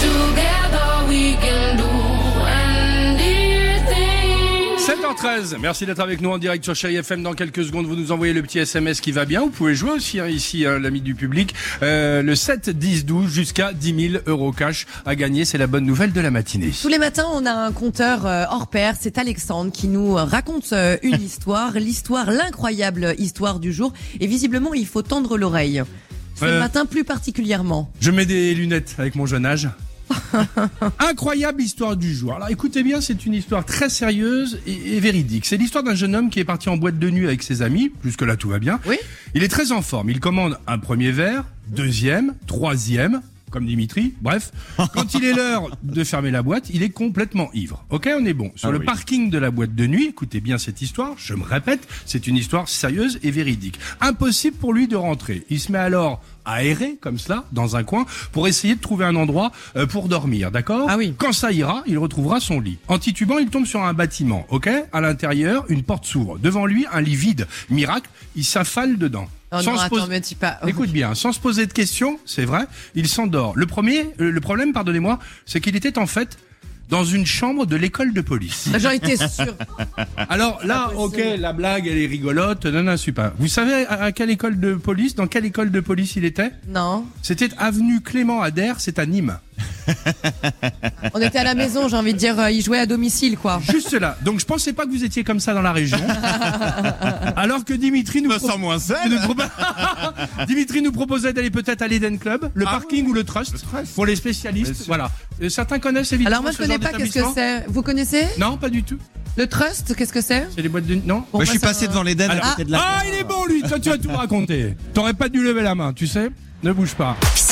Together we can do any thing. 7h13, merci d'être avec nous en direct sur Chéri FM. Dans quelques secondes, vous nous envoyez le petit SMS qui va bien. Vous pouvez jouer aussi hein, ici, hein, l'ami du public. Euh, le 7, 10, 12 jusqu'à 10 000 euros cash à gagner. C'est la bonne nouvelle de la matinée. Tous les matins, on a un conteur euh, hors pair. C'est Alexandre qui nous euh, raconte euh, une histoire, l'histoire, l'incroyable histoire du jour. Et visiblement, il faut tendre l'oreille. Ce Euh. matin, plus particulièrement. Je mets des lunettes avec mon jeune âge. Incroyable histoire du jour. Alors écoutez bien, c'est une histoire très sérieuse et, et véridique. C'est l'histoire d'un jeune homme qui est parti en boîte de nuit avec ses amis. Jusque-là, tout va bien. Oui. Il est très en forme. Il commande un premier verre, deuxième, troisième, comme Dimitri. Bref, quand il est l'heure de fermer la boîte, il est complètement ivre. Ok, on est bon. Sur le parking de la boîte de nuit, écoutez bien cette histoire. Je me répète, c'est une histoire sérieuse et véridique. Impossible pour lui de rentrer. Il se met alors à errer comme cela dans un coin pour essayer de trouver un endroit euh, pour dormir, d'accord Ah oui. Quand ça ira, il retrouvera son lit. En titubant, il tombe sur un bâtiment, ok À l'intérieur, une porte s'ouvre. Devant lui, un lit vide. Miracle, il s'affale dedans. Oh Sans non, se attends, poser- me dis pas. Écoute bien, sans se poser de questions, c'est vrai, il s'endort. Le premier, euh, le problème, pardonnez-moi, c'est qu'il était en fait dans une chambre de l'école de police. Bah, J'en étais sûr. Alors là, ok, la blague, elle est rigolote, non, non, super. Vous savez à, à quelle école de police, dans quelle école de police il était Non. C'était avenue Clément Ader, c'est à Nîmes. On était à la maison, j'ai envie de dire, euh, il jouait à domicile, quoi. Juste là. Donc je pensais pas que vous étiez comme ça dans la région. Alors que Dimitri nous, pro- moins nous pro- Dimitri nous proposait d'aller peut-être à l'Eden Club, le parking ou Ah le trust, pour les spécialistes. Voilà. Euh, Certains connaissent évidemment. Alors moi, je ce connais genre pas qu'est-ce que d'établissement. c'est. Vous connaissez Non, pas du tout. Le trust, qu'est-ce que c'est C'est les boîtes de non. Bon, je suis bah, passé c'est un- devant les dents à Alors- côté de la Ah, il est bon lui. Toi, tu as tout raconté. T'aurais pas dû lever la main, tu sais. Ne bouge pas.